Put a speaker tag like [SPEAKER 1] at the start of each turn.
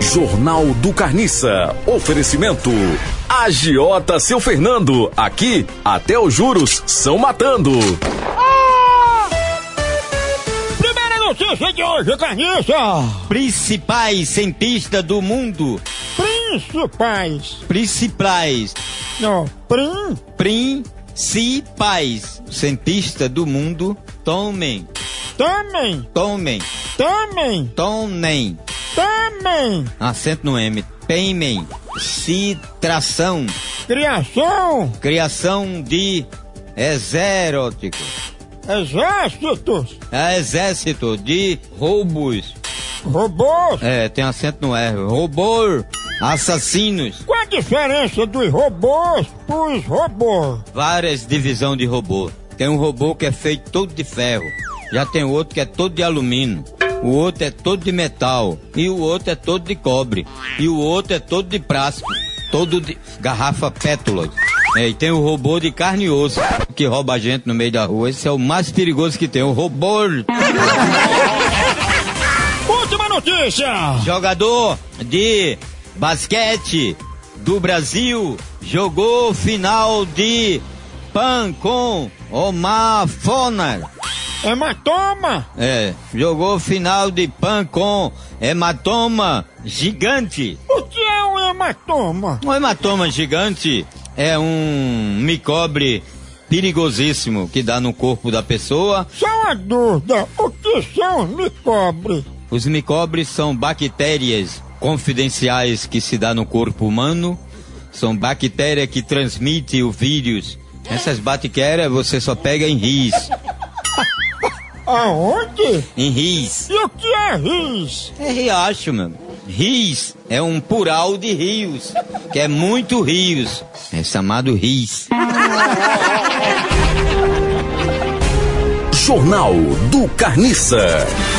[SPEAKER 1] Jornal do Carniça. Oferecimento. Agiota seu Fernando. Aqui, até os juros são matando.
[SPEAKER 2] Primeira notícia de hoje, Carniça!
[SPEAKER 3] Principais cientistas do mundo.
[SPEAKER 2] Principais.
[SPEAKER 3] Principais.
[SPEAKER 2] Não, prim.
[SPEAKER 3] Principais cientistas do mundo. Tomem,
[SPEAKER 2] Também.
[SPEAKER 3] tomem,
[SPEAKER 2] Também.
[SPEAKER 3] tomem.
[SPEAKER 2] Também.
[SPEAKER 3] Acento no M. Temem. Citração.
[SPEAKER 2] Criação.
[SPEAKER 3] Criação de exerótico.
[SPEAKER 2] Exércitos.
[SPEAKER 3] Exército de robôs.
[SPEAKER 2] Robôs.
[SPEAKER 3] É, tem acento no R. Robô. Assassinos.
[SPEAKER 2] Qual a diferença dos robôs pros robôs?
[SPEAKER 3] várias divisões de robô. Tem um robô que é feito todo de ferro, já tem outro que é todo de alumínio, o outro é todo de metal, e o outro é todo de cobre, e o outro é todo de plástico, todo de garrafa pétula. É, e tem o robô de carne e osso, que rouba a gente no meio da rua. Esse é o mais perigoso que tem, o robô.
[SPEAKER 2] Última notícia.
[SPEAKER 3] Jogador de basquete do Brasil jogou final de PAN com Omar Fonar.
[SPEAKER 2] Hematoma.
[SPEAKER 3] É, jogou final de PAN com hematoma gigante.
[SPEAKER 2] O que é um hematoma?
[SPEAKER 3] Um hematoma gigante é um microbe perigosíssimo que dá no corpo da pessoa.
[SPEAKER 2] Só uma dúvida. O que são os micobres?
[SPEAKER 3] Os micobres são bactérias confidenciais que se dá no corpo humano. São bactérias que transmitem o vírus. Essas bactérias você só pega em ris.
[SPEAKER 2] Aonde?
[SPEAKER 3] Em ris.
[SPEAKER 2] E o que é ris?
[SPEAKER 3] É riacho, meu. Riz é um plural de rios, que é muito rios. É chamado riz.
[SPEAKER 1] Jornal do Carniça.